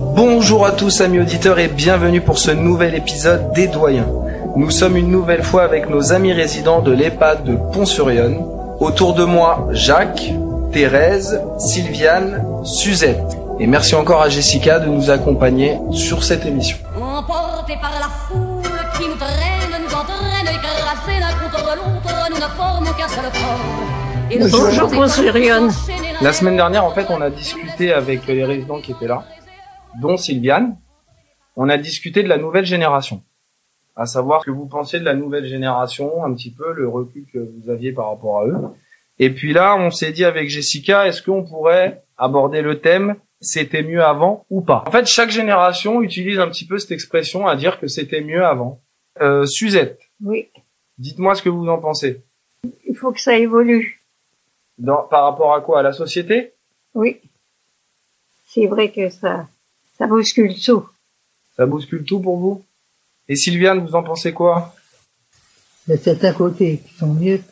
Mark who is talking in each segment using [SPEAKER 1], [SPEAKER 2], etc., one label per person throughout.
[SPEAKER 1] Bonjour à tous amis auditeurs et bienvenue pour ce nouvel épisode des Doyens. Nous sommes une nouvelle fois avec nos amis résidents de l'EHPAD de Pont-sur-Yonne. Autour de moi, Jacques, Thérèse, Sylviane, Suzette. Et merci encore à Jessica de nous accompagner sur cette émission.
[SPEAKER 2] Emportés par la foule qui nous traîne, nous entraîne, écrasés l'un contre l'autre, nous ne formons qu'un seul corps. Et le
[SPEAKER 3] Bonjour,
[SPEAKER 2] chant des
[SPEAKER 3] bonjour,
[SPEAKER 2] cordes
[SPEAKER 3] Yann.
[SPEAKER 2] s'enchaîne
[SPEAKER 1] La semaine dernière, en fait, on a discuté avec les résidents qui étaient là, dont Sylviane. On a discuté de la nouvelle génération. À savoir ce que vous pensiez de la nouvelle génération, un petit peu le recul que vous aviez par rapport à eux. Et puis là, on s'est dit avec Jessica, est-ce qu'on pourrait aborder le thème c'était mieux avant ou pas En fait, chaque génération utilise un petit peu cette expression à dire que c'était mieux avant. Euh, Suzette,
[SPEAKER 3] Oui,
[SPEAKER 1] dites-moi ce que vous en pensez.
[SPEAKER 3] il faut que ça évolue.
[SPEAKER 1] Dans- par rapport à quoi À la société
[SPEAKER 3] Oui. C'est vrai que ça, ça bouscule tout.
[SPEAKER 1] Ça bouscule tout pour vous Et Sylviane, vous en pensez quoi
[SPEAKER 4] Il y a certains côtés qui sont mieux,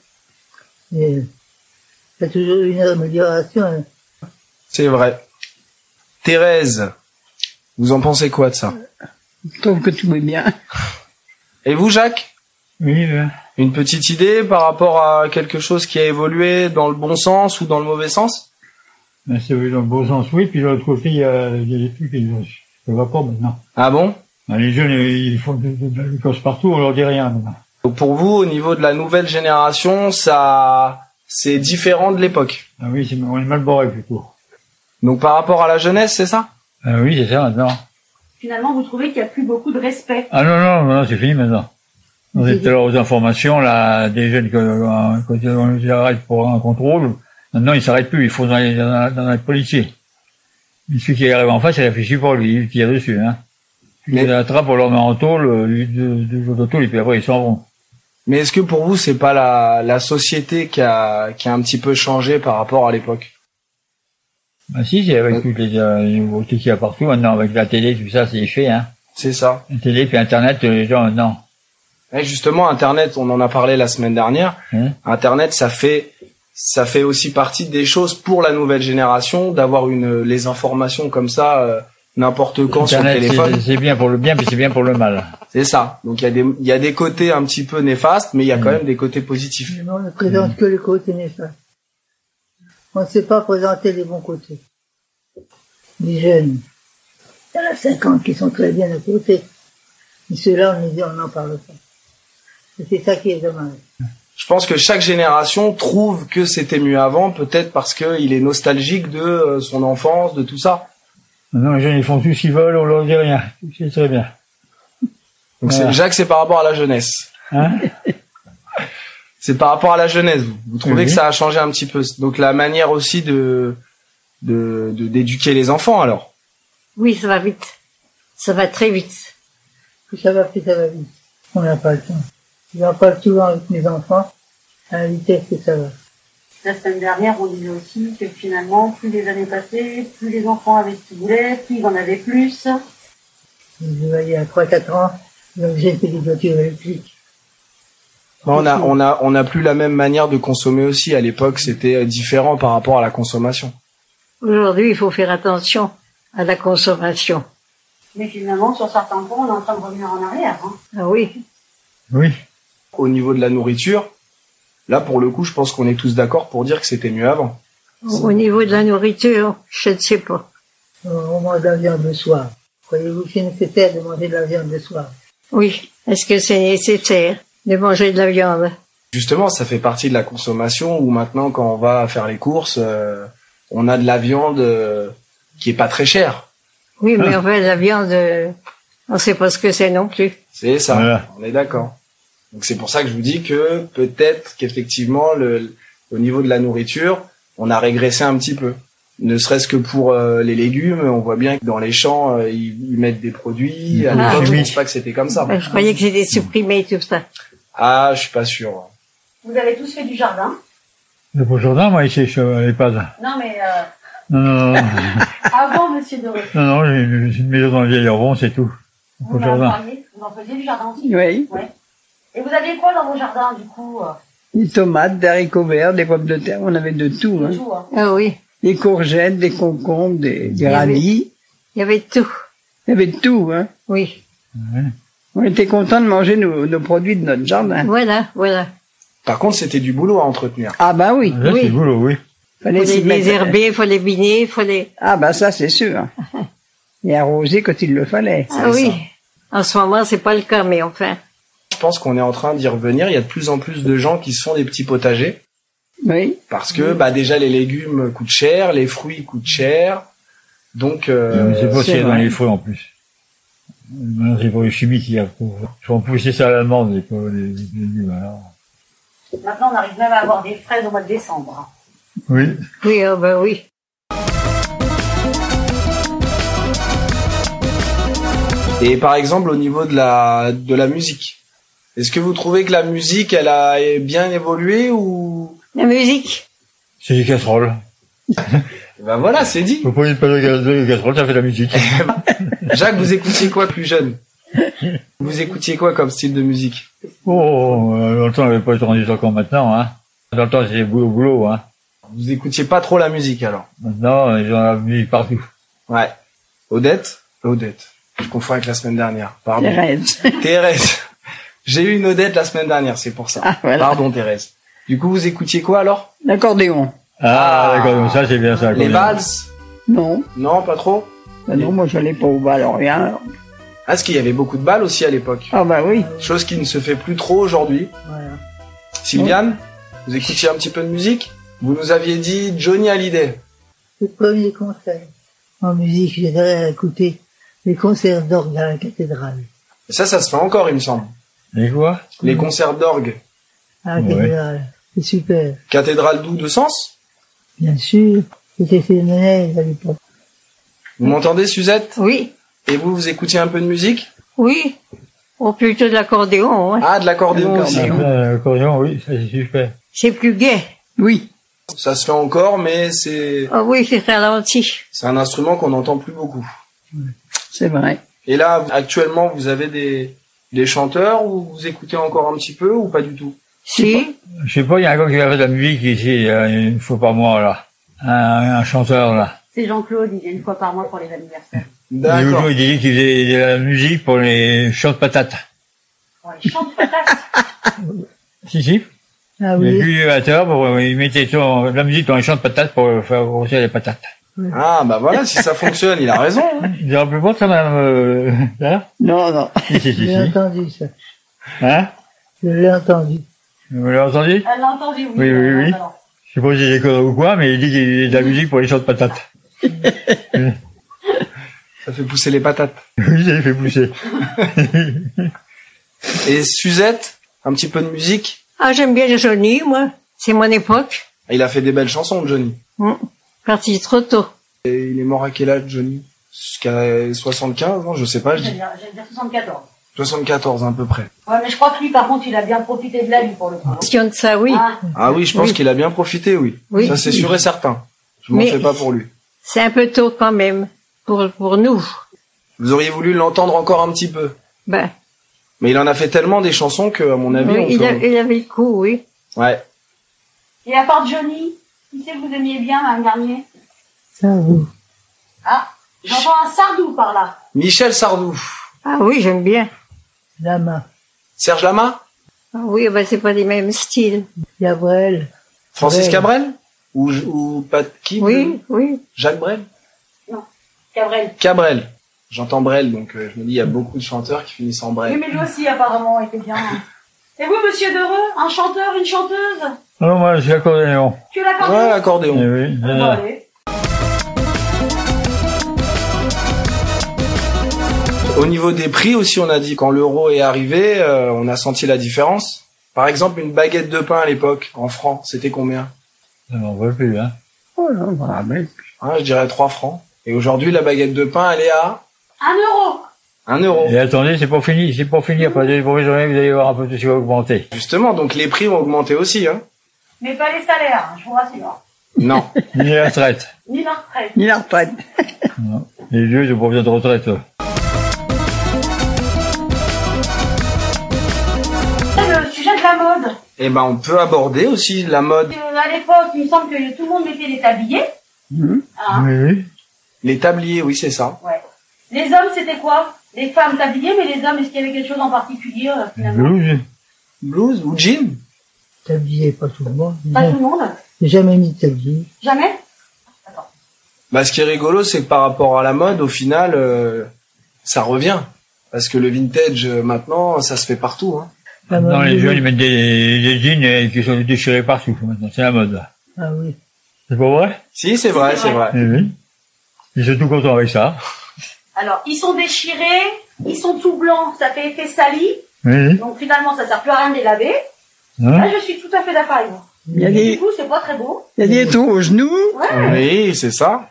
[SPEAKER 4] mais il y a toujours une amélioration. hein.
[SPEAKER 1] C'est vrai. Thérèse, vous en pensez quoi de ça
[SPEAKER 5] Je trouve que tout est bien.
[SPEAKER 1] Et vous, Jacques
[SPEAKER 5] Oui, euh,
[SPEAKER 1] Une petite idée par rapport à quelque chose qui a évolué dans le bon sens ou dans le mauvais sens
[SPEAKER 6] Mais Ben, c'est dans le bon sens, oui. Puis de l'autre côté, il y a, il y a des trucs qui ne se voient pas maintenant.
[SPEAKER 1] Ah bon
[SPEAKER 6] Ben, les jeunes, ils font de, de, de la glucose partout, on leur dit rien maintenant.
[SPEAKER 1] Donc Pour vous, au niveau de la nouvelle génération, ça, c'est différent de l'époque.
[SPEAKER 6] Ah oui, c'est- on est mal barré plutôt.
[SPEAKER 1] Donc par rapport à la jeunesse, c'est ça
[SPEAKER 6] Ah oui, c'est ça maintenant.
[SPEAKER 7] finalement, vous trouvez qu'il n'y a plus beaucoup de respect.
[SPEAKER 6] Ah non, non, non, c'est fini maintenant. On est tout à l'heure aux informations, là, des jeunes que- euh, quand on les arrête pour un contrôle, maintenant ils s'arrêtent plus, ils font dans les, dans, la- dans les policiers. Et celui qui arrive en face, il réfléchit pour lui, il tire dessus, hein. Celui
[SPEAKER 1] Mais-
[SPEAKER 6] qui l'attrape, on leur met en tôle, euh, lui, deux, deux jours de tôle, et puis après ils s'en vont.
[SPEAKER 1] Mais est-ce que pour vous, c'est pas la, la société qui a, qui a un petit peu changé par rapport à l'époque
[SPEAKER 6] Bah si, c'est avec toutes les, euh, les nouveautés qu'il y a partout maintenant, avec la télé, tout ça, c'est fait, hein.
[SPEAKER 1] C'est ça.
[SPEAKER 6] La télé puis Internet, euh, les gens maintenant.
[SPEAKER 1] Ouais, Eh, justement, Internet, on en a parlé la semaine dernière.
[SPEAKER 6] Mhm.
[SPEAKER 1] Internet, ça fait, ça fait aussi partie des choses pour la nouvelle génération d'avoir une les informations comme ça euh, n'importe quand
[SPEAKER 6] Internet,
[SPEAKER 1] sur le
[SPEAKER 6] c'est-
[SPEAKER 1] téléphone.
[SPEAKER 6] c'est bien pour le bien, puis c'est bien pour le mal.
[SPEAKER 1] C'est ça. Donc il y a des il y a des côtés un petit peu néfastes, mais il y a
[SPEAKER 6] Mmh.
[SPEAKER 1] quand même des côtés positifs.
[SPEAKER 4] Mais on ne présente que les côtés néfastes. On ne sait pas présenter les bons côtés. Les jeunes, il y en a 50 qui sont très bien à côté. Mais ceux-là, on les dit, on n'en parle pas. Et C'est ça qui est dommage.
[SPEAKER 1] Je pense que chaque génération trouve que c'était mieux avant, peut-être parce que il est nostalgique de euh, son enfance, de tout ça.
[SPEAKER 6] Maintenant, les jeunes, ils font tout ce qu'ils veulent, on leur dit rien. C'est très bien.
[SPEAKER 1] Donc c'est-
[SPEAKER 6] Voilà.
[SPEAKER 1] Jacques, c'est par rapport à la jeunesse.
[SPEAKER 6] Hein
[SPEAKER 1] C'est par rapport à la jeunesse. Vous, vous trouvez
[SPEAKER 6] Oui.
[SPEAKER 1] que ça a changé un petit peu. Donc la manière aussi de de de- d'éduquer les enfants alors.
[SPEAKER 3] Oui, ça va vite. Ça va très vite.
[SPEAKER 4] Plus ça va, plus ça va vite. On n'a pas le temps. J'en parle souvent avec mes enfants, à la vitesse que ça va.
[SPEAKER 7] La semaine dernière, on disait aussi que finalement, plus les années passaient, plus les enfants avaient ce qu'ils voulaient, plus ils en avaient plus.
[SPEAKER 4] Je voyais à 3-4 ans, donc j'ai fait des voitures électriques.
[SPEAKER 1] Non, on a on a on a plus la même manière de consommer aussi. À l'époque, c'était euh, différent par rapport à la consommation.
[SPEAKER 3] Aujourd'hui, il faut faire attention à la consommation.
[SPEAKER 7] Mais finalement, sur certains points, on est en train de revenir en arrière. hein.
[SPEAKER 3] Ah oui,
[SPEAKER 6] Oui.
[SPEAKER 1] Au niveau de la nourriture, là pour le coup, je pense qu'on est tous d'accord pour dire que c'était mieux avant.
[SPEAKER 3] au niveau de la nourriture, je ne sais pas.
[SPEAKER 4] Euh, On mange de la viande le soir. Croyez-vous que c'est nécessaire de manger de la viande le soir
[SPEAKER 3] Oui, est-ce que c'est nécessaire de manger de la viande
[SPEAKER 1] Justement, ça fait partie de la consommation où maintenant quand on va faire les courses, euh, on a de la viande euh, qui est pas très chère.
[SPEAKER 3] Oui, mais en fait, la viande, euh, on ne sait pas ce que c'est non plus.
[SPEAKER 1] C'est ça,
[SPEAKER 6] Voilà.
[SPEAKER 1] on est d'accord. Donc c'est pour ça que je vous dis que peut-être qu'effectivement, le, au niveau de la nourriture, on a régressé un petit peu. Ne serait-ce que pour euh, les légumes, on voit bien que dans les champs, euh, ils, ils mettent des produits. À
[SPEAKER 3] Ah,
[SPEAKER 1] l'époque, je
[SPEAKER 6] oui.
[SPEAKER 1] pense pas que c'était comme ça.
[SPEAKER 3] Je croyais que c'était supprimé tout ça.
[SPEAKER 1] Ah, je suis pas sûr.
[SPEAKER 7] Vous avez tous fait du jardin.
[SPEAKER 6] Le beau jardin, moi, ici, je euh, l'EHPAD.
[SPEAKER 7] Non, mais euh,
[SPEAKER 6] Non, non, non,
[SPEAKER 7] avant, monsieur Doré,
[SPEAKER 6] non, non, j'ai une j'ai une maison dans le vieil Orbon, c'est tout. Le beau
[SPEAKER 7] vous, en
[SPEAKER 6] jardin.
[SPEAKER 7] parliez, vous en faisiez du jardin aussi.
[SPEAKER 5] Oui.
[SPEAKER 7] Et vous aviez quoi dans vos jardins, du coup euh,
[SPEAKER 5] Des tomates, des haricots verts, des pommes de terre, on avait de tout.
[SPEAKER 7] de
[SPEAKER 5] Hein.
[SPEAKER 7] tout, hein
[SPEAKER 3] Ah oui,
[SPEAKER 5] Des courgettes, des concombres, des, des
[SPEAKER 3] oui.
[SPEAKER 5] radis.
[SPEAKER 3] il y avait tout.
[SPEAKER 5] Il y avait de tout, hein.
[SPEAKER 3] Oui.
[SPEAKER 5] On était content de manger nos, nos produits de notre jardin.
[SPEAKER 3] Voilà, voilà.
[SPEAKER 1] Par contre, c'était du boulot à entretenir.
[SPEAKER 5] Ah bah oui,
[SPEAKER 6] Là, c'est le
[SPEAKER 5] oui.
[SPEAKER 6] boulot, oui.
[SPEAKER 5] Fallait
[SPEAKER 3] Faut les euh,
[SPEAKER 5] s'y mettre.
[SPEAKER 3] désherber, faut les biner, faut les.
[SPEAKER 5] Ah bah ça c'est sûr. Et arroser quand il le fallait.
[SPEAKER 3] Ah oui. En ce moment, c'est pas le cas, mais enfin.
[SPEAKER 1] Je pense qu'on est en train d'y revenir. Il y a de plus en plus de gens qui se font des petits potagers
[SPEAKER 5] Oui.
[SPEAKER 1] parce que bah déjà les légumes coûtent cher, les fruits coûtent cher. Donc euh,
[SPEAKER 6] Mais c'est pas
[SPEAKER 5] c'est
[SPEAKER 6] s'il y a dans
[SPEAKER 5] vrai.
[SPEAKER 6] les fruits en plus. Maintenant, c'est pour les chimies qu'il y a. pour- Ils font pousser ça à l'allemande, les pauvres, les- les légumes, alors.
[SPEAKER 7] Maintenant, on arrive même à avoir des fraises au mois de décembre. hein.
[SPEAKER 6] Oui.
[SPEAKER 3] Oui, ah ben oui.
[SPEAKER 1] et par exemple au niveau de la de la musique, est-ce que vous trouvez que la musique elle a bien évolué ou
[SPEAKER 3] La musique.
[SPEAKER 6] C'est des casseroles.
[SPEAKER 1] ben voilà c'est dit.
[SPEAKER 6] Vous prenez une pelle de gaz- de casserole, ça fait de la musique.
[SPEAKER 1] Jacques, vous écoutiez quoi plus jeune Vous écoutiez quoi comme style de musique
[SPEAKER 6] Oh, euh, dans le temps, on n'avait pas été rendu encore maintenant, hein. Dans le temps, c'était boulot, boulot, hein.
[SPEAKER 1] Vous écoutiez pas trop la musique alors
[SPEAKER 6] Maintenant, ils ont la musique partout.
[SPEAKER 1] Ouais. Odette Odette. Je confonds avec la semaine dernière. Pardon.
[SPEAKER 5] Thérèse.
[SPEAKER 1] Thérèse. J'ai eu une Odette la semaine dernière, c'est pour ça.
[SPEAKER 5] Ah voilà.
[SPEAKER 1] Pardon Thérèse. Du coup, vous écoutiez quoi alors
[SPEAKER 5] L'accordéon.
[SPEAKER 6] Ah,
[SPEAKER 1] Ah.
[SPEAKER 6] d'accord, donc ça, c'est bien ça.
[SPEAKER 1] Les
[SPEAKER 6] balles
[SPEAKER 1] valses
[SPEAKER 5] Non.
[SPEAKER 1] Non, pas trop
[SPEAKER 5] Bah non, moi j'allais pas au bal, alors rien.
[SPEAKER 1] Ah, ce qu'il y avait beaucoup de balles aussi à l'époque.
[SPEAKER 5] Ah bah oui.
[SPEAKER 1] Chose qui ne se fait plus trop aujourd'hui.
[SPEAKER 5] Voilà.
[SPEAKER 1] Sylviane, vous écoutiez un petit peu de musique Vous nous aviez dit Johnny Hallyday.
[SPEAKER 4] Le premier concert en musique, j'ai à écouter les concerts d'orgue à la cathédrale.
[SPEAKER 1] Et ça, ça se fait encore, il me semble.
[SPEAKER 6] Les quoi
[SPEAKER 1] Les concerts d'orgue.
[SPEAKER 4] À Ah, la
[SPEAKER 6] Ouais.
[SPEAKER 4] cathédrale. C'est super.
[SPEAKER 1] Cathédrale d'où de Sens
[SPEAKER 4] Bien sûr. C'était phénoménal à l'époque.
[SPEAKER 1] Vous m'entendez, Suzette
[SPEAKER 3] Oui,
[SPEAKER 1] Et vous, vous écoutiez un peu de musique
[SPEAKER 3] oui. Ou plutôt de l'accordéon. ouais.
[SPEAKER 1] Ah, de l'accordéon aussi.
[SPEAKER 5] L'accordéon.
[SPEAKER 6] L'accordéon, ben, oui, ça, c'est super.
[SPEAKER 3] C'est plus gai.
[SPEAKER 5] Oui.
[SPEAKER 1] Ça se fait encore, mais c'est
[SPEAKER 3] Ah oui, c'est ralenti.
[SPEAKER 1] c'est un instrument qu'on n'entend plus beaucoup.
[SPEAKER 5] C'est vrai.
[SPEAKER 1] Et là, actuellement, vous avez des, des chanteurs ou vous écoutez encore un petit peu ou pas du tout
[SPEAKER 3] Si.
[SPEAKER 6] Je sais pas, il y a un gars qui a fait de la musique ici, euh, une fois par mois, là. Un, un chanteur, là.
[SPEAKER 7] C'est Jean-Claude, il vient une fois par mois pour les anniversaires.
[SPEAKER 6] Le jour,
[SPEAKER 1] D'accord.
[SPEAKER 6] il disait qu'il faisait de la musique pour les champs de patates.
[SPEAKER 7] Pour les champs de patates.
[SPEAKER 6] Si, si.
[SPEAKER 4] Ah
[SPEAKER 6] Les
[SPEAKER 4] oui.
[SPEAKER 6] cultivateurs, pour, euh, il mettait son- de la musique dans les champs de patates pour faire grossir les patates.
[SPEAKER 1] Ah, bah voilà, si ça fonctionne, il a raison. hein.
[SPEAKER 6] Il dirait plus bon, ça, madame, euh, là?
[SPEAKER 5] Non, non.
[SPEAKER 6] Si, si, si,
[SPEAKER 4] J'ai
[SPEAKER 6] si.
[SPEAKER 4] entendu ça.
[SPEAKER 6] Hein?
[SPEAKER 4] Je l'ai entendu.
[SPEAKER 6] Vous l'avez entendu?
[SPEAKER 7] Elle l'a entendu,
[SPEAKER 6] Oui,
[SPEAKER 7] oui.
[SPEAKER 6] oui, oui.
[SPEAKER 7] Alors,
[SPEAKER 6] Je sais pas si c'est des conneries ou quoi, mais il dit qu'il faisait de la musique pour les champs de patates.
[SPEAKER 1] Ça fait pousser les patates.
[SPEAKER 6] Oui, il fait pousser.
[SPEAKER 1] Et Suzette, un petit peu de musique.
[SPEAKER 3] Ah, j'aime bien Johnny, moi. C'est mon époque.
[SPEAKER 1] Il a fait des belles chansons, Johnny.
[SPEAKER 3] Hmm. Parti trop tôt.
[SPEAKER 1] Et il est mort à quel âge, Johnny Jusqu'à 75, non Je sais pas, je
[SPEAKER 7] J'allais
[SPEAKER 1] dis
[SPEAKER 7] dire j'allais dire 74.
[SPEAKER 1] 74 à peu près.
[SPEAKER 7] Ouais, mais je crois que lui, par contre, il a bien profité de la vie pour le coup. hein.
[SPEAKER 3] Si on de ça, oui.
[SPEAKER 7] Ah,
[SPEAKER 1] Ah oui, je pense
[SPEAKER 3] Oui.
[SPEAKER 1] qu'il a bien profité, oui.
[SPEAKER 3] Oui.
[SPEAKER 1] Ça, c'est sûr et certain. Je m'en
[SPEAKER 3] Mais-
[SPEAKER 1] fais pas pour lui.
[SPEAKER 3] C'est un peu tôt quand même. Pour, pour nous.
[SPEAKER 1] Vous auriez voulu l'entendre encore un petit peu.
[SPEAKER 3] Ben,
[SPEAKER 1] Mais il en a fait tellement des chansons que, à mon avis,
[SPEAKER 3] oui,
[SPEAKER 1] on
[SPEAKER 3] il,
[SPEAKER 1] peut-
[SPEAKER 3] a- il avait le coup, oui.
[SPEAKER 1] Ouais.
[SPEAKER 7] et à part Johnny, qui c'est que vous aimiez bien, Madame Garnier
[SPEAKER 4] Ça, vous.
[SPEAKER 7] Ah, j'entends un sardou par là.
[SPEAKER 1] Michel Sardou.
[SPEAKER 3] Ah oui, j'aime bien.
[SPEAKER 4] Lama.
[SPEAKER 1] Serge Lama
[SPEAKER 3] Ah oui, ben c'est pas les mêmes styles.
[SPEAKER 4] Gabriel.
[SPEAKER 1] Francis
[SPEAKER 4] Brel.
[SPEAKER 1] Cabrel ou, ou Pat qui
[SPEAKER 3] Oui, oui.
[SPEAKER 1] Jacques Brel
[SPEAKER 7] Cabrel.
[SPEAKER 1] Cabrel. J'entends Brel, donc euh, je me dis, il y a beaucoup de chanteurs qui finissent en
[SPEAKER 7] Oui,
[SPEAKER 1] Brel.
[SPEAKER 7] mais lui aussi, apparemment, était bien. hein. Et vous, monsieur Dereux, un chanteur, une chanteuse
[SPEAKER 6] Alors, moi, je suis accordéon.
[SPEAKER 7] Tu l'as
[SPEAKER 1] Ouais,
[SPEAKER 7] connu
[SPEAKER 6] Eh
[SPEAKER 1] l'accordéon.
[SPEAKER 6] oui,
[SPEAKER 7] Bon,
[SPEAKER 6] euh,
[SPEAKER 7] allez.
[SPEAKER 1] Au niveau des prix aussi, on a dit, quand l'euro est arrivé, euh, on a senti la différence. Par exemple, une baguette de pain à l'époque, en francs, c'était combien
[SPEAKER 6] ça m'en veut plus, hein.
[SPEAKER 5] Oh là, on
[SPEAKER 4] Ah,
[SPEAKER 5] va rappeler.
[SPEAKER 1] hein, Je dirais 3 francs. Et aujourd'hui, la baguette de pain, elle est à
[SPEAKER 7] Un euro
[SPEAKER 1] 1 euro.
[SPEAKER 6] Et attendez, c'est pour finir, c'est pour finir, parce que pour les journées, vous allez voir un peu tout ce qui va augmenter.
[SPEAKER 1] Justement, donc les prix ont augmenté aussi. Hein
[SPEAKER 7] Mais pas les salaires, hein, je vous rassure.
[SPEAKER 1] non.
[SPEAKER 6] Ni les retraites.
[SPEAKER 7] Ni la retraite.
[SPEAKER 5] Ni la retraite.
[SPEAKER 6] Les vieux, ils ont pas besoin de retraite. eux.
[SPEAKER 7] Le sujet de la mode.
[SPEAKER 1] Eh ben, on peut aborder aussi la mode,
[SPEAKER 7] Euh, À l'époque, il me semble que tout le monde mettait des tabliers.
[SPEAKER 5] Mhm.
[SPEAKER 4] Ah.
[SPEAKER 7] Hein,
[SPEAKER 6] Oui, oui.
[SPEAKER 1] les tabliers, oui, c'est ça.
[SPEAKER 7] ouais. Les hommes, c'était quoi Les femmes tabliers, mais les hommes, est-ce qu'il y avait quelque chose en particulier euh, finalement
[SPEAKER 6] Blouse.
[SPEAKER 1] Blouse ou jean
[SPEAKER 4] Tablier, pas tout le monde.
[SPEAKER 7] Pas tout
[SPEAKER 4] J'ai
[SPEAKER 7] le monde
[SPEAKER 4] jamais mis de tablier.
[SPEAKER 7] Jamais Attends.
[SPEAKER 1] Bah, ce qui est rigolo, c'est que par rapport à la mode, au final, euh, ça revient. Parce que le vintage, euh, maintenant, ça se fait partout. Hein.
[SPEAKER 4] Ah,
[SPEAKER 6] Maintenant,
[SPEAKER 4] bah,
[SPEAKER 6] les
[SPEAKER 4] oui.
[SPEAKER 6] jeunes, ils mettent des, des jeans et qui sont déchirés partout. Maintenant, c'est la mode. là.
[SPEAKER 4] Ah oui.
[SPEAKER 6] C'est pas vrai
[SPEAKER 1] Si, c'est vrai, c'est vrai.
[SPEAKER 6] Eh oui. Ils sont tout contents avec ça.
[SPEAKER 7] Alors, ils sont déchirés, ils sont tout blancs, ça fait effet sali,
[SPEAKER 6] Oui.
[SPEAKER 7] donc finalement, ça sert plus à rien de les laver.
[SPEAKER 6] Hein
[SPEAKER 7] Là, je suis tout à fait d'accord avec vous.
[SPEAKER 5] Il y a
[SPEAKER 7] Du
[SPEAKER 5] des,
[SPEAKER 7] coup, c'est pas très beau.
[SPEAKER 5] il y a des trous aux genoux.
[SPEAKER 7] Ouais.
[SPEAKER 1] Oui, c'est ça.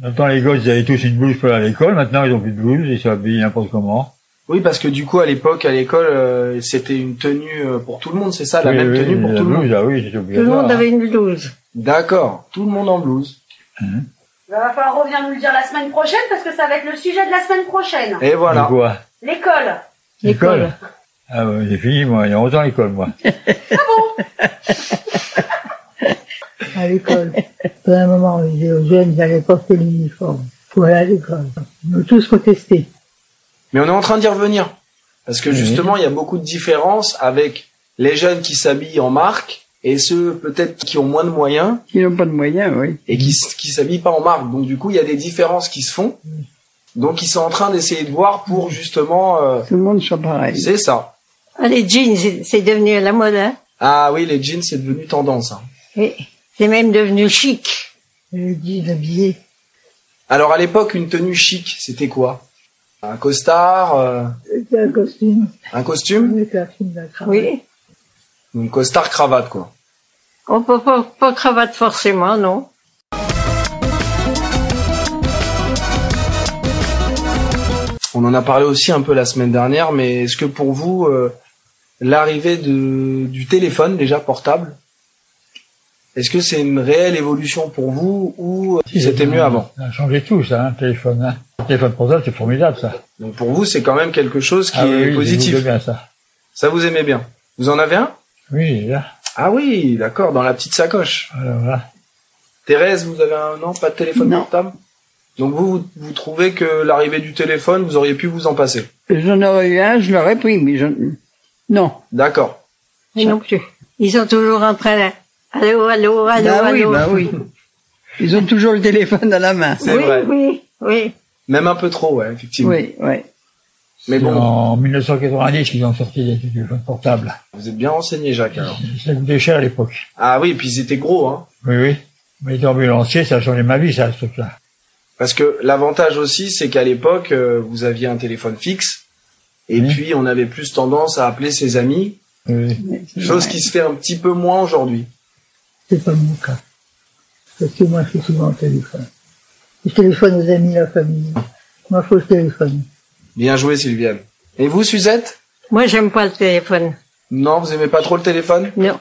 [SPEAKER 6] Maintenant, les gosses, ils avaient tous une blouse pour aller à l'école. Maintenant, ils ont plus de blouse. Ils s'habillent n'importe comment.
[SPEAKER 1] Oui, parce que du coup, à l'époque, à l'école, euh, c'était une tenue euh, pour tout le monde, c'est ça, la
[SPEAKER 6] Oui,
[SPEAKER 1] même
[SPEAKER 6] oui,
[SPEAKER 1] tenue pour
[SPEAKER 6] la
[SPEAKER 1] tout le monde.
[SPEAKER 6] blouse, Ah oui, c'est
[SPEAKER 3] Tout le
[SPEAKER 6] obligatoire.
[SPEAKER 3] monde avait une blouse.
[SPEAKER 1] D'accord, tout le monde en blouse.
[SPEAKER 7] Il va falloir revenir nous le dire la semaine prochaine parce que ça va être le sujet de la semaine prochaine.
[SPEAKER 1] Et voilà.
[SPEAKER 6] De quoi
[SPEAKER 7] L'école.
[SPEAKER 6] L'école. Ah bah, j'ai fini, moi. Il y a 11 ans, l'école, moi.
[SPEAKER 4] À l'école. À un moment, on disait aux jeunes, ils n'allaient pas porter l'uniforme. Pour aller à l'école. Ils ont tous protesté.
[SPEAKER 1] Mais on est en train d'y revenir. Parce que
[SPEAKER 6] Oui.
[SPEAKER 1] justement, il y a beaucoup de différences avec les jeunes qui s'habillent en marque et ceux peut-être qui ont moins de moyens
[SPEAKER 5] Ils n'ont pas de moyens, oui.
[SPEAKER 1] et qui, s- qui s'habillent pas en marque. Donc du coup, il y a des différences qui se font. Donc ils sont en train d'essayer de voir pour justement... euh,
[SPEAKER 5] Tout le monde soit pareil.
[SPEAKER 1] c'est ça.
[SPEAKER 3] Ah, les jeans, c'est- c'est devenu à la mode, hein.
[SPEAKER 1] Ah oui, les jeans, c'est devenu tendance. hein.
[SPEAKER 3] Oui. C'est même devenu chic.
[SPEAKER 4] Je dis d'habiller.
[SPEAKER 1] Alors à l'époque, une tenue chic, c'était quoi Un costard euh,
[SPEAKER 4] C'était un costume.
[SPEAKER 1] Un costume
[SPEAKER 4] Avec la fille de la cravate.
[SPEAKER 3] Oui.
[SPEAKER 1] Donc costard-cravate, quoi.
[SPEAKER 3] On peut pas, pas cravate forcément, non.
[SPEAKER 1] On en a parlé aussi un peu la semaine dernière, mais est-ce que pour vous, euh, l'arrivée de, du téléphone déjà portable, est-ce que c'est une réelle évolution pour vous ou euh, c'était mieux avant
[SPEAKER 6] Ça a changé tout, ça, hein, le téléphone. Hein. Le téléphone portable, c'est formidable, ça.
[SPEAKER 1] Donc pour vous, c'est quand même quelque chose qui
[SPEAKER 6] ah,
[SPEAKER 1] est
[SPEAKER 6] oui,
[SPEAKER 1] positif.
[SPEAKER 6] C'est bien, ça.
[SPEAKER 1] Ça vous aimez bien. Vous en avez un
[SPEAKER 6] Oui, là.
[SPEAKER 1] Ah oui, d'accord, dans la petite sacoche.
[SPEAKER 6] Voilà, voilà.
[SPEAKER 1] Thérèse, vous avez un non, pas de téléphone
[SPEAKER 5] Non.
[SPEAKER 1] portable Donc vous, vous, vous trouvez que l'arrivée du téléphone, vous auriez pu vous en passer
[SPEAKER 5] J'en aurais eu un, je l'aurais pris, mais je... Non.
[SPEAKER 1] D'accord.
[SPEAKER 3] Moi non plus. Ils sont toujours en train de... Allô, allô, allô,
[SPEAKER 5] bah oui,
[SPEAKER 3] allô.
[SPEAKER 5] bah oui. Ils ont toujours le téléphone à la main.
[SPEAKER 1] C'est
[SPEAKER 3] oui,
[SPEAKER 1] vrai.
[SPEAKER 3] oui, oui.
[SPEAKER 1] Même un peu trop, ouais, effectivement.
[SPEAKER 5] Oui, oui.
[SPEAKER 1] Mais
[SPEAKER 6] C'est
[SPEAKER 1] bon,
[SPEAKER 6] En 1990, ils ont sorti les téléphones portables.
[SPEAKER 1] vous êtes bien renseigné, Jacques. Alors.
[SPEAKER 6] Ça coûtait cher à l'époque.
[SPEAKER 1] Ah oui, et puis ils étaient gros, hein.
[SPEAKER 6] Oui, oui. Mais les ambulanciers, ça a changé ma vie, ça, ce truc-là.
[SPEAKER 1] Parce que l'avantage aussi, c'est qu'à l'époque, euh, vous aviez un téléphone fixe, et
[SPEAKER 6] Oui.
[SPEAKER 1] puis on avait plus tendance à appeler ses amis,
[SPEAKER 6] Oui.
[SPEAKER 1] chose qui se fait un petit peu moins aujourd'hui.
[SPEAKER 4] C'est pas mon cas. Parce que moi, je suis souvent au téléphone. Je téléphone aux amis, à la famille. Moi, faut le téléphone.
[SPEAKER 1] Bien joué, Sylviane. Et vous, Suzette
[SPEAKER 3] Moi, j'aime pas le téléphone.
[SPEAKER 1] Non, vous aimez pas trop le téléphone
[SPEAKER 3] Non.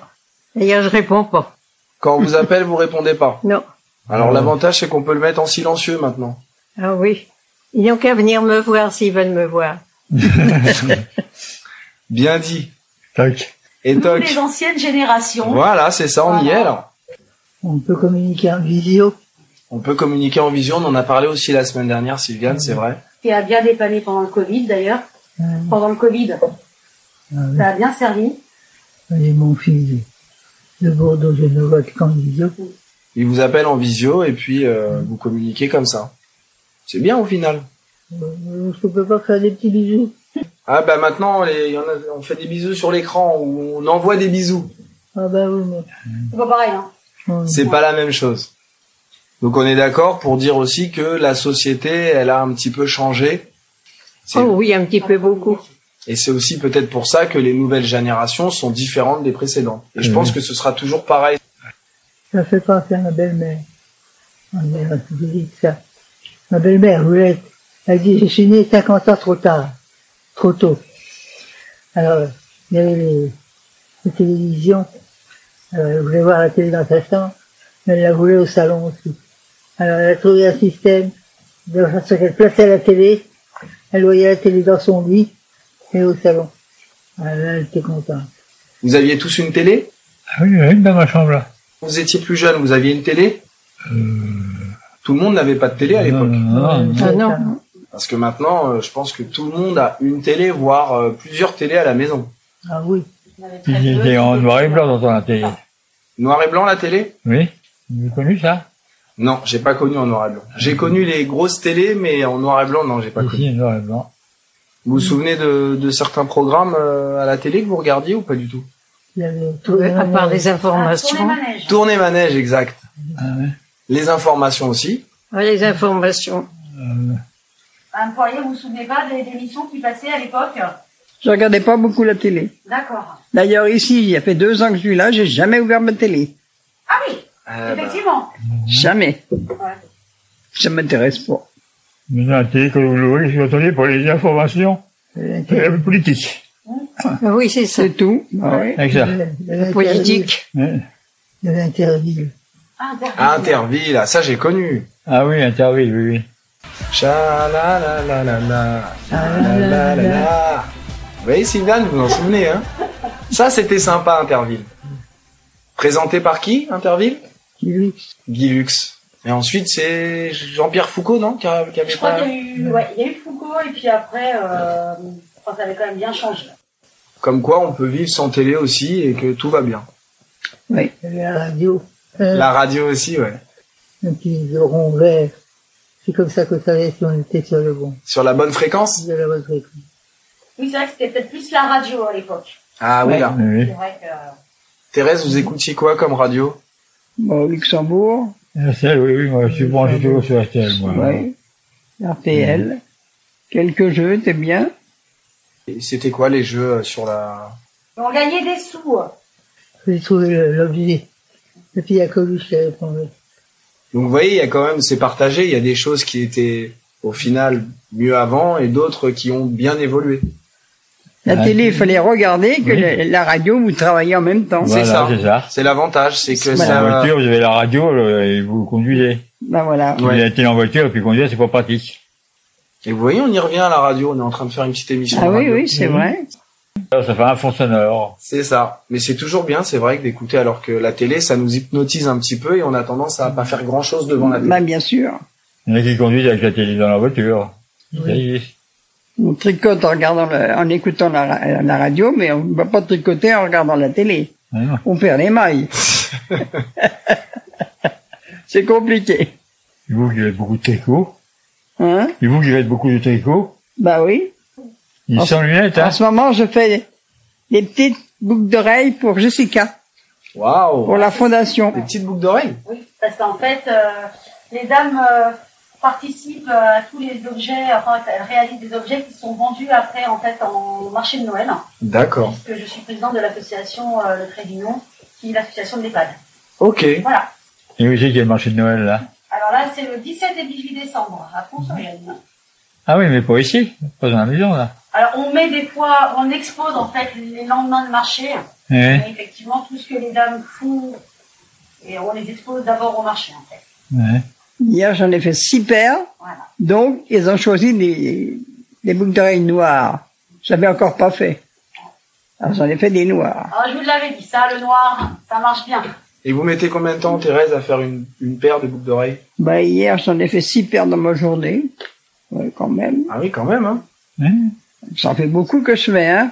[SPEAKER 3] D'ailleurs, je réponds pas.
[SPEAKER 1] Quand on vous appelle, vous répondez pas.
[SPEAKER 3] Non.
[SPEAKER 1] Alors
[SPEAKER 6] Ouais.
[SPEAKER 1] l'avantage, c'est qu'on peut le mettre en silencieux maintenant.
[SPEAKER 3] Ah oui. Ils n'ont qu'à venir me voir s'ils veulent me voir.
[SPEAKER 1] Bien dit.
[SPEAKER 6] Tac.
[SPEAKER 1] Et
[SPEAKER 7] Nous,
[SPEAKER 1] toc.
[SPEAKER 7] les anciennes générations.
[SPEAKER 1] Voilà, c'est ça, on y est
[SPEAKER 7] Voilà.
[SPEAKER 1] alors.
[SPEAKER 4] On peut communiquer en visio.
[SPEAKER 1] On peut communiquer en vision, on en a parlé aussi la semaine dernière, Sylviane, c'est vrai.
[SPEAKER 7] qui a bien dépanné pendant le Covid d'ailleurs.
[SPEAKER 4] Hein.
[SPEAKER 7] Pendant le Covid,
[SPEAKER 4] Ah oui.
[SPEAKER 7] ça a bien servi.
[SPEAKER 4] J'ai mon fils de Bordeaux, je ne vois qu'en visio.
[SPEAKER 1] Il vous appelle en visio et puis euh, vous communiquez comme ça. C'est bien au final.
[SPEAKER 4] Euh, Je ne peux pas faire des petits bisous.
[SPEAKER 1] Ah bah maintenant, les- y en a- on fait des bisous sur l'écran ou on envoie des bisous.
[SPEAKER 4] Ah bah oui, mais...
[SPEAKER 7] C'est pas pareil. Hein.
[SPEAKER 4] euh,
[SPEAKER 1] C'est pas la même chose. Donc on est d'accord pour dire aussi que la société, elle a un petit peu changé. C'est-
[SPEAKER 3] Oh oui, un petit peu beaucoup.
[SPEAKER 1] Et c'est aussi peut-être pour ça que les nouvelles générations sont différentes des précédentes. Et je
[SPEAKER 6] Mhm.
[SPEAKER 1] pense que ce sera toujours pareil.
[SPEAKER 4] Ça fait penser à ma belle-mère. Ma mère, je vous dis que ça. Ma belle-mère, Roulette, elle dit, je suis née 50 ans trop tard. Trop tôt. Alors, il y avait les, les télévisions. Alors, elle voulait voir la télé dans sa chambre, mais elle la voulait au salon aussi. Alors, elle a trouvé un système de façon qu'elle plaçait la télé. Elle voyait la télé dans son lit et au salon. Alors là, elle était contente.
[SPEAKER 1] Vous aviez tous une télé
[SPEAKER 6] Ah oui, il y en a une dans ma chambre, là.
[SPEAKER 1] Vous étiez plus jeune, vous aviez une télé Tout le monde n'avait pas de télé à
[SPEAKER 6] Euh, Non,
[SPEAKER 1] l'époque.
[SPEAKER 6] non, non, non.
[SPEAKER 3] Ah non.
[SPEAKER 1] Parce que maintenant, euh, je pense que tout le monde a une télé, voire euh, plusieurs télés à la maison.
[SPEAKER 4] Ah oui.
[SPEAKER 7] On avait très
[SPEAKER 6] Il
[SPEAKER 7] peu
[SPEAKER 6] était en
[SPEAKER 7] de-
[SPEAKER 6] noir et blanc dans ton télé.
[SPEAKER 1] Noir et blanc, la télé
[SPEAKER 6] Oui Vous avez connu ça
[SPEAKER 1] Non, j'ai pas connu en noir et blanc. J'ai connu les grosses télés, mais en noir et blanc, non, j'ai pas connu.
[SPEAKER 6] Ici, noir et blanc.
[SPEAKER 1] Vous vous souvenez de, de certains programmes euh, à la télé que vous regardiez ou pas du tout
[SPEAKER 4] Il y avait tout
[SPEAKER 8] à part les
[SPEAKER 7] Ah, sur les
[SPEAKER 8] informations.
[SPEAKER 7] manèges.
[SPEAKER 1] Tournez manège, exact.
[SPEAKER 6] Ah ouais.
[SPEAKER 1] Les informations aussi.
[SPEAKER 8] Ouais, les informations.
[SPEAKER 6] Euh,
[SPEAKER 7] Un poirier, Ah, vous vous souvenez pas des des émissions qui passaient à l'époque
[SPEAKER 5] Je regardais pas beaucoup la télé.
[SPEAKER 7] D'accord.
[SPEAKER 5] D'ailleurs, ici, il y a fait deux ans que je suis là, j'ai jamais ouvert ma télé.
[SPEAKER 7] Ah oui,
[SPEAKER 1] Euh, bah,
[SPEAKER 7] effectivement.
[SPEAKER 5] Jamais.
[SPEAKER 7] Ouais.
[SPEAKER 5] Ça m'intéresse pas.
[SPEAKER 6] Maintenant, la télé que vous l'ouvrez, c'est l'atelier pour les informations euh, politiques.
[SPEAKER 8] Oui, c'est ça.
[SPEAKER 5] C'est tout. Ah ouais.
[SPEAKER 6] Avec
[SPEAKER 1] Euh,
[SPEAKER 6] ça.
[SPEAKER 8] Politique.
[SPEAKER 6] Hein
[SPEAKER 4] De l'interville.
[SPEAKER 7] Ah, d'accord.
[SPEAKER 1] à Interville, ah, ça j'ai connu.
[SPEAKER 6] Ah oui, Interville, oui, oui.
[SPEAKER 1] Cha-la-la-la-la-la. Cha-la-la-la-la. Vous voyez, Sylvain, vous vous en souvenez, hein Ça, c'était sympa, Interville. Présenté par qui, Interville
[SPEAKER 4] Qui
[SPEAKER 1] Guy Lux. Et ensuite, c'est Jean-Pierre Foucault, non qui a- qui avait
[SPEAKER 7] Je crois
[SPEAKER 1] pas...
[SPEAKER 7] qu'il y a eu, ouais, il y a eu Foucault et puis après, euh, enfin, ça avait quand même bien changé.
[SPEAKER 1] Comme quoi, on peut vivre sans télé aussi et que tout va bien.
[SPEAKER 4] Il y avait la radio. Euh,
[SPEAKER 1] La radio aussi, ouais.
[SPEAKER 4] Un petit rond vert. C'est comme ça qu'on savait si on était sur le bon.
[SPEAKER 1] Sur la bonne fréquence
[SPEAKER 4] De la bonne fréquence.
[SPEAKER 7] Oui, c'est vrai que c'était peut-être plus la radio à l'époque.
[SPEAKER 1] Ah oui,
[SPEAKER 5] Ouais.
[SPEAKER 1] là.
[SPEAKER 6] oui.
[SPEAKER 7] C'est vrai que.
[SPEAKER 1] Thérèse, vous écoutiez quoi comme radio
[SPEAKER 5] Bon, Bah, Luxembourg,
[SPEAKER 6] RTL, oui, oui, moi, je suis branché toujours sur RTL, moi.
[SPEAKER 5] ouais. RTL. Quelques jeux, t'es bien.
[SPEAKER 1] Et C'était quoi les jeux euh, sur la...
[SPEAKER 7] On gagnait des sous. hein.
[SPEAKER 4] J'ai trouvé le- l'objet. Et puis il y a Coluche qui avait répondu.
[SPEAKER 1] Donc vous voyez, il y a quand même, c'est partagé, il y a des choses qui étaient au final mieux avant et d'autres qui ont bien évolué.
[SPEAKER 5] La
[SPEAKER 6] Ah,
[SPEAKER 5] télé, il fallait regarder que
[SPEAKER 6] Oui.
[SPEAKER 5] la, la radio, vous travaillez en même temps.
[SPEAKER 1] c'est ça.
[SPEAKER 6] Voilà, c'est ça.
[SPEAKER 1] C'est l'avantage, c'est que
[SPEAKER 5] Voilà.
[SPEAKER 1] ça...
[SPEAKER 6] En voiture, vous avez la radio le- et vous conduisez.
[SPEAKER 5] Ben voilà.
[SPEAKER 1] Ouais.
[SPEAKER 6] Il a été en voiture et puis conduire, c'est pas pratique.
[SPEAKER 1] Et vous voyez, on y revient à la radio, on est en train de faire une petite émission.
[SPEAKER 5] Ah
[SPEAKER 1] de
[SPEAKER 5] oui,
[SPEAKER 1] radio.
[SPEAKER 5] oui, c'est
[SPEAKER 6] Mhm.
[SPEAKER 5] vrai.
[SPEAKER 6] Alors, ça fait un fond sonore.
[SPEAKER 1] C'est ça. Mais c'est toujours bien, c'est vrai, que d'écouter alors que la télé, ça nous hypnotise un petit peu et on a tendance à pas faire grand chose devant la télé.
[SPEAKER 5] Ben bien sûr.
[SPEAKER 6] Il y en a qui conduisent avec la télé dans la voiture. Ça y est.
[SPEAKER 5] On tricote en regardant, la- en écoutant la, ra- la radio, mais on ne va pas tricoter en regardant la télé.
[SPEAKER 6] Ah non.
[SPEAKER 5] On perd les mailles. c'est compliqué.
[SPEAKER 6] Et vous qui faites beaucoup de tricot.
[SPEAKER 5] Hein
[SPEAKER 6] Et vous qui faites beaucoup de tricot.
[SPEAKER 5] Bah oui.
[SPEAKER 6] Ils
[SPEAKER 5] En-
[SPEAKER 6] sont lunettes, hein.
[SPEAKER 5] En ce moment, je fais des petites boucles d'oreilles pour Jessica,
[SPEAKER 1] Waouh
[SPEAKER 5] pour la fondation.
[SPEAKER 1] Des petites boucles d'oreilles
[SPEAKER 7] Oui, parce qu'en fait, euh, les dames euh, participent euh, à tous les objets, enfin, elles réalisent des objets qui sont vendus après, en fait, en marché de Noël. hein,
[SPEAKER 1] D'accord.
[SPEAKER 7] Puisque je suis présidente de l'association euh, Le Trévignon, qui est l'association de l'EHPAD.
[SPEAKER 1] Ok.
[SPEAKER 7] Voilà.
[SPEAKER 6] Et vous savez qu'il y a le marché de Noël, là.
[SPEAKER 7] Alors là, c'est le 17 et 18 décembre, à Pont-sur-Yonne.
[SPEAKER 6] Ah oui, mais pas ici. Pas dans la maison, là.
[SPEAKER 7] Alors, on met des poids, on expose, en fait, les lendemains de marché.
[SPEAKER 6] Eh,
[SPEAKER 7] Et effectivement, tout ce que les dames font, et on les expose d'abord au marché, en fait.
[SPEAKER 6] eh.
[SPEAKER 5] Hier, j'en ai fait six paires.
[SPEAKER 7] Voilà.
[SPEAKER 5] Donc, ils ont choisi des, des boucles d'oreilles noires. Je n'avais encore pas fait. Alors, j'en ai fait des noires.
[SPEAKER 7] Alors, je vous l'avais dit, ça, le noir, ça marche bien.
[SPEAKER 1] Et vous mettez combien de temps, Thérèse, à faire une, une paire de boucles d'oreilles
[SPEAKER 5] Bah, hier, j'en ai fait six paires dans ma journée. Ouais, quand même.
[SPEAKER 1] Ah oui, quand même, hein.
[SPEAKER 6] Hein
[SPEAKER 5] Ça fait beaucoup que je fais, hein.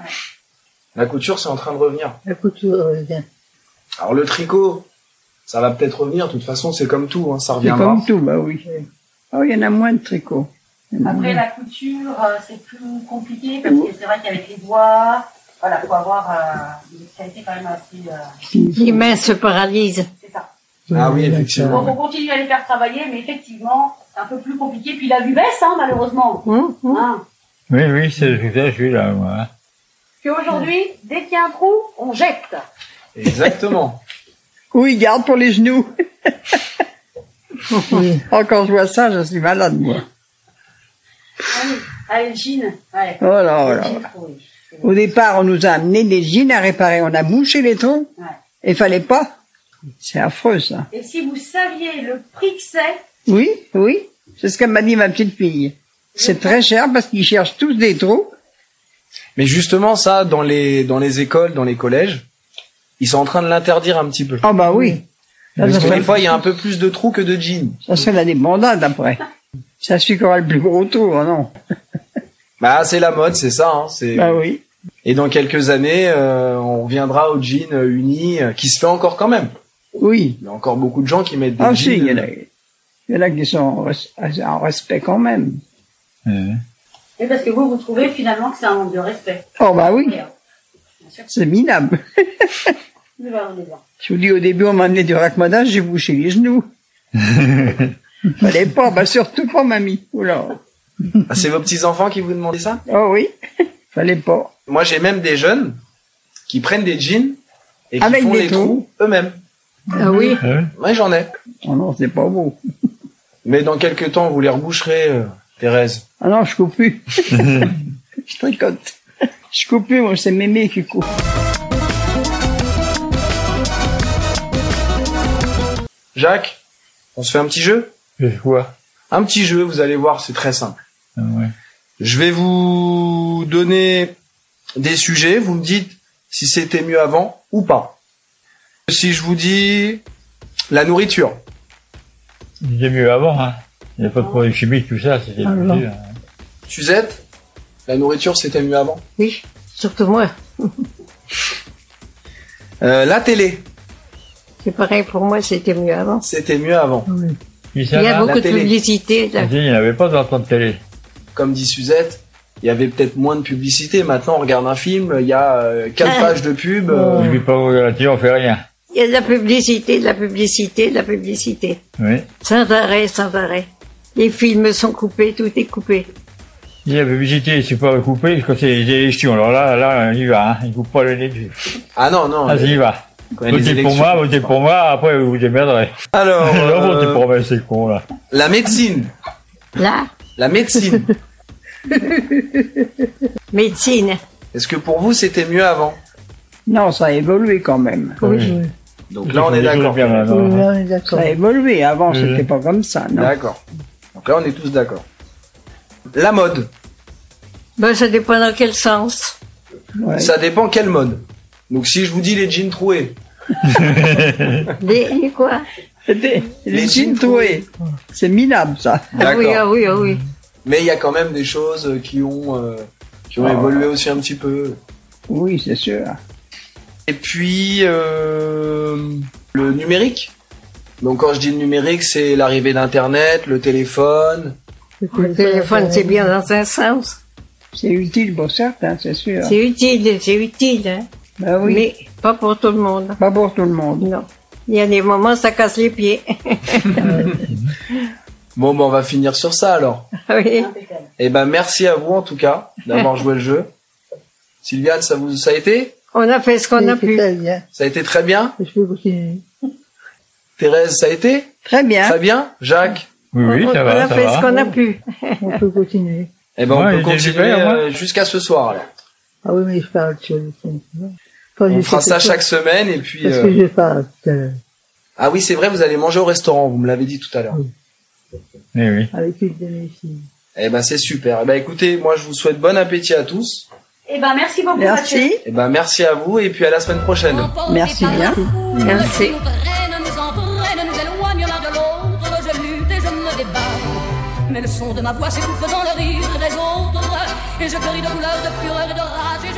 [SPEAKER 1] La couture, c'est en train de revenir.
[SPEAKER 4] La couture revient.
[SPEAKER 1] Alors le tricot, ça va peut-être revenir. De toute façon, c'est comme tout, hein, ça
[SPEAKER 5] C'est
[SPEAKER 1] reviendra.
[SPEAKER 5] comme tout, bah oui. Oh, il y en a moins de tricots. Il y en a
[SPEAKER 7] Après,
[SPEAKER 5] moins.
[SPEAKER 7] la couture, euh, c'est plus compliqué, parce que c'est vrai qu'avec les doigts, voilà, faut avoir euh, une qualité quand même assez... euh,
[SPEAKER 8] Les mains se paralysent.
[SPEAKER 7] c'est ça.
[SPEAKER 1] Ah oui, effectivement.
[SPEAKER 7] Donc, on continue à les faire travailler, mais effectivement, c'est un peu plus compliqué. Puis la vue baisse, hein, malheureusement.
[SPEAKER 8] Hum, hum.
[SPEAKER 7] Hein.
[SPEAKER 6] Oui, oui, c'est ce que je suis là, moi. hein.
[SPEAKER 7] Puis aujourd'hui, dès qu'il y a un trou, on jette.
[SPEAKER 1] Exactement.
[SPEAKER 5] Ou ils gardent pour les genoux.
[SPEAKER 4] Oui.
[SPEAKER 5] Oh, quand je vois ça, je suis malade, moi.
[SPEAKER 7] Allez, allez, le jean. Ouais.
[SPEAKER 5] Oh là
[SPEAKER 7] Le
[SPEAKER 5] là.
[SPEAKER 7] jean, faut- faut-
[SPEAKER 5] Au départ, on nous a amené des jeans à réparer. On a bouché les trous.
[SPEAKER 7] Ouais.
[SPEAKER 5] Et fallait pas. C'est affreux, ça.
[SPEAKER 7] Et si vous saviez le prix que c'est,
[SPEAKER 5] Oui, oui, c'est ce qu'elle m'a dit ma petite fille. C'est très cher parce qu'ils cherchent tous des trous.
[SPEAKER 1] Mais justement, ça, dans les dans les écoles, dans les collèges, ils sont en train de l'interdire un petit peu.
[SPEAKER 5] Ah bah oui,
[SPEAKER 1] Parce que
[SPEAKER 5] ça-
[SPEAKER 1] des fois, il y a un peu plus de trous que de jeans.
[SPEAKER 5] ça serait la débandade après. Ça celui qui aura le plus gros tour, non
[SPEAKER 1] Bah, c'est la mode, c'est ça. Hein, c'est...
[SPEAKER 5] Bah oui.
[SPEAKER 1] Et dans quelques années, euh, on reviendra au jean euh, uni, euh, qui se fait encore quand même.
[SPEAKER 5] Oui.
[SPEAKER 1] Il y a encore beaucoup de gens qui mettent des
[SPEAKER 5] Ah si,
[SPEAKER 1] jeans.
[SPEAKER 5] il y, en
[SPEAKER 1] euh,
[SPEAKER 5] a- il y en a qui sont en res- en respect quand même.
[SPEAKER 6] Euh,
[SPEAKER 7] Oui, parce que vous, vous trouvez finalement que c'est un manque de respect.
[SPEAKER 5] Oh bah oui,
[SPEAKER 7] Bien sûr.
[SPEAKER 5] c'est minable.
[SPEAKER 7] On y va, on y va.
[SPEAKER 5] Je vous dis, au début, on m'a amené du racmadage, j'ai bouché les genoux. Fallait pas, bah surtout pas, mamie. Oula.
[SPEAKER 1] ah, c'est vos petits enfants qui vous demandent ça
[SPEAKER 5] Oh oui, fallait pas.
[SPEAKER 1] Moi, j'ai même des jeunes qui prennent des jeans et qui
[SPEAKER 5] Avec
[SPEAKER 1] font
[SPEAKER 5] des
[SPEAKER 1] les
[SPEAKER 5] trous.
[SPEAKER 1] trous eux-mêmes.
[SPEAKER 8] Ah oui
[SPEAKER 6] euh,
[SPEAKER 1] Ouais, j'en ai.
[SPEAKER 5] Oh non, c'est pas beau.
[SPEAKER 1] Mais dans quelques temps, vous les reboucherez, euh, Thérèse.
[SPEAKER 5] Ah non, je coupe plus. je tricote. Je coupe plus, moi, c'est mémé qui coupe.
[SPEAKER 1] Jacques, on se fait un petit jeu
[SPEAKER 6] c'est quoi
[SPEAKER 1] Un petit jeu, vous allez voir, c'est très simple.
[SPEAKER 6] Ah, ouais.
[SPEAKER 1] Je vais vous donner des sujets, vous me dites si c'était mieux avant ou pas. Si je vous dis la nourriture,
[SPEAKER 6] C'était mieux avant, hein. Il n'y a pas de produits chimiques, tout ça, c'était hein.
[SPEAKER 5] Ah,
[SPEAKER 6] plus
[SPEAKER 5] non.
[SPEAKER 6] dur.
[SPEAKER 1] Suzette, la nourriture c'était mieux avant.
[SPEAKER 8] Oui, surtout moi.
[SPEAKER 1] Euh, la télé,
[SPEAKER 8] C'est pareil pour moi, c'était mieux avant.
[SPEAKER 1] c'était mieux avant.
[SPEAKER 6] Qui
[SPEAKER 8] Il
[SPEAKER 6] ça,
[SPEAKER 8] y
[SPEAKER 6] là
[SPEAKER 8] a beaucoup de
[SPEAKER 1] télé.
[SPEAKER 8] publicité.
[SPEAKER 6] Il
[SPEAKER 8] Là.
[SPEAKER 6] dit, il n'y avait pas d'entente télé.
[SPEAKER 1] Comme dit Suzette, il y avait peut-être moins de publicité. Maintenant, on regarde un film, il y a euh, quatre
[SPEAKER 8] Ah.
[SPEAKER 1] pages de pub.
[SPEAKER 6] On
[SPEAKER 1] euh,
[SPEAKER 6] ne pas ouvrir la télé, on fait rien.
[SPEAKER 8] Il y a de la publicité, de la publicité, de la publicité.
[SPEAKER 6] Oui.
[SPEAKER 8] Sans arrêt, sans arrêt. Les films sont coupés, tout est coupé.
[SPEAKER 6] Il y a publicité, c'est pas coupé, quand c'est les élections. Alors là, là, il y va, hein. Il coupe pas le nez.
[SPEAKER 1] Ah non, non.
[SPEAKER 6] Ah,
[SPEAKER 1] euh,
[SPEAKER 6] si, il va.
[SPEAKER 1] quand il y a les
[SPEAKER 6] Votez pour
[SPEAKER 1] élections.
[SPEAKER 6] moi, votez pour moi, après vous vous démerderez.
[SPEAKER 1] Alors,
[SPEAKER 6] Alors,
[SPEAKER 1] euh,
[SPEAKER 6] votez pour moi, c'est con, là.
[SPEAKER 1] la médecine,
[SPEAKER 8] Là,
[SPEAKER 1] la médecine.
[SPEAKER 8] médecine.
[SPEAKER 1] Est-ce que pour vous c'était mieux avant
[SPEAKER 5] Non, ça a évolué quand même.
[SPEAKER 6] Oui.
[SPEAKER 1] Donc là, on est
[SPEAKER 6] Ils font des choses
[SPEAKER 1] d'accord.
[SPEAKER 6] bien, là, non.
[SPEAKER 4] Oui, là, on est d'accord.
[SPEAKER 5] Ça a évolué. Avant,
[SPEAKER 6] Oui.
[SPEAKER 5] c'était pas comme ça, non
[SPEAKER 1] D'accord. Donc là, on est tous d'accord. La mode.
[SPEAKER 8] Ben, ça dépend dans quel sens.
[SPEAKER 5] Ouais.
[SPEAKER 1] Ça dépend quelle mode. Donc si je vous dis les jeans troués,
[SPEAKER 8] Des, des quoi
[SPEAKER 5] C'était les
[SPEAKER 1] Les jeans
[SPEAKER 5] jeans troués. C'est minable, ça.
[SPEAKER 8] Ah oui, ah
[SPEAKER 1] d'accord.
[SPEAKER 8] oui, ah oui.
[SPEAKER 1] Mais il y a quand même des choses qui ont euh, qui ont
[SPEAKER 5] Ah.
[SPEAKER 1] évolué aussi un petit peu.
[SPEAKER 5] Oui, c'est sûr.
[SPEAKER 1] Et puis euh, le numérique. Donc quand je dis le numérique, c'est l'arrivée d'Internet, le téléphone.
[SPEAKER 8] Le téléphone, c'est bien dans un sens.
[SPEAKER 5] C'est utile pour certains, c'est sûr.
[SPEAKER 8] C'est utile, c'est utile, hein.
[SPEAKER 5] Bah oui.
[SPEAKER 8] Mais pas pour tout le monde.
[SPEAKER 5] Pas pour tout le monde.
[SPEAKER 8] Non. Il y a des moments, ça casse les pieds.
[SPEAKER 1] Bon, ben on va finir sur ça alors.
[SPEAKER 8] oui.
[SPEAKER 7] Impeccable.
[SPEAKER 1] Eh ben merci à vous en tout cas d'avoir joué le jeu. Sylviane, ça vous ça a été
[SPEAKER 8] On a fait ce qu'on a
[SPEAKER 4] C'est
[SPEAKER 8] pu.
[SPEAKER 4] très bien.
[SPEAKER 1] Ça a été très bien.
[SPEAKER 4] Je peux continuer.
[SPEAKER 1] Thérèse, ça a été
[SPEAKER 5] Très bien.
[SPEAKER 1] Très bien. Jacques.
[SPEAKER 6] Oui, oui,
[SPEAKER 8] on,
[SPEAKER 6] ça
[SPEAKER 8] on
[SPEAKER 6] va,
[SPEAKER 8] a
[SPEAKER 6] ça
[SPEAKER 8] fait
[SPEAKER 6] va.
[SPEAKER 8] ce qu'on a pu. Ah.
[SPEAKER 4] On peut continuer.
[SPEAKER 1] Eh ben,
[SPEAKER 6] Ouais,
[SPEAKER 1] on
[SPEAKER 6] il
[SPEAKER 1] peut
[SPEAKER 6] était
[SPEAKER 1] continuer
[SPEAKER 6] super,
[SPEAKER 1] euh, jusqu'à ce soir. alors.
[SPEAKER 4] Ah oui, mais je parle sur le fond.
[SPEAKER 1] On fera ça chaque semaine et puis.
[SPEAKER 4] Parce
[SPEAKER 1] euh,
[SPEAKER 4] que je parle euh, tout à l'heure.
[SPEAKER 1] Ah oui, c'est vrai, vous allez manger au restaurant. Vous me l'avez dit tout à l'heure.
[SPEAKER 6] Eh oui.
[SPEAKER 4] avec une de mes filles.
[SPEAKER 1] Eh ben, c'est super. Eh ben, écoutez, moi, je vous souhaite bon appétit à tous.
[SPEAKER 7] Eh ben, merci beaucoup, Mathieu.
[SPEAKER 5] Merci.
[SPEAKER 1] Eh ben, merci à vous et puis à la semaine prochaine.
[SPEAKER 5] Merci bien.
[SPEAKER 8] Merci.
[SPEAKER 2] Merci. Nous traîne, nous entraîne, nous éloigne l'un de l'autre. Je lutte et je me débat. Mais le son de ma voix s'étouffe dans le rire des autres. Et je crie de douleur, de fureur et de rage. Et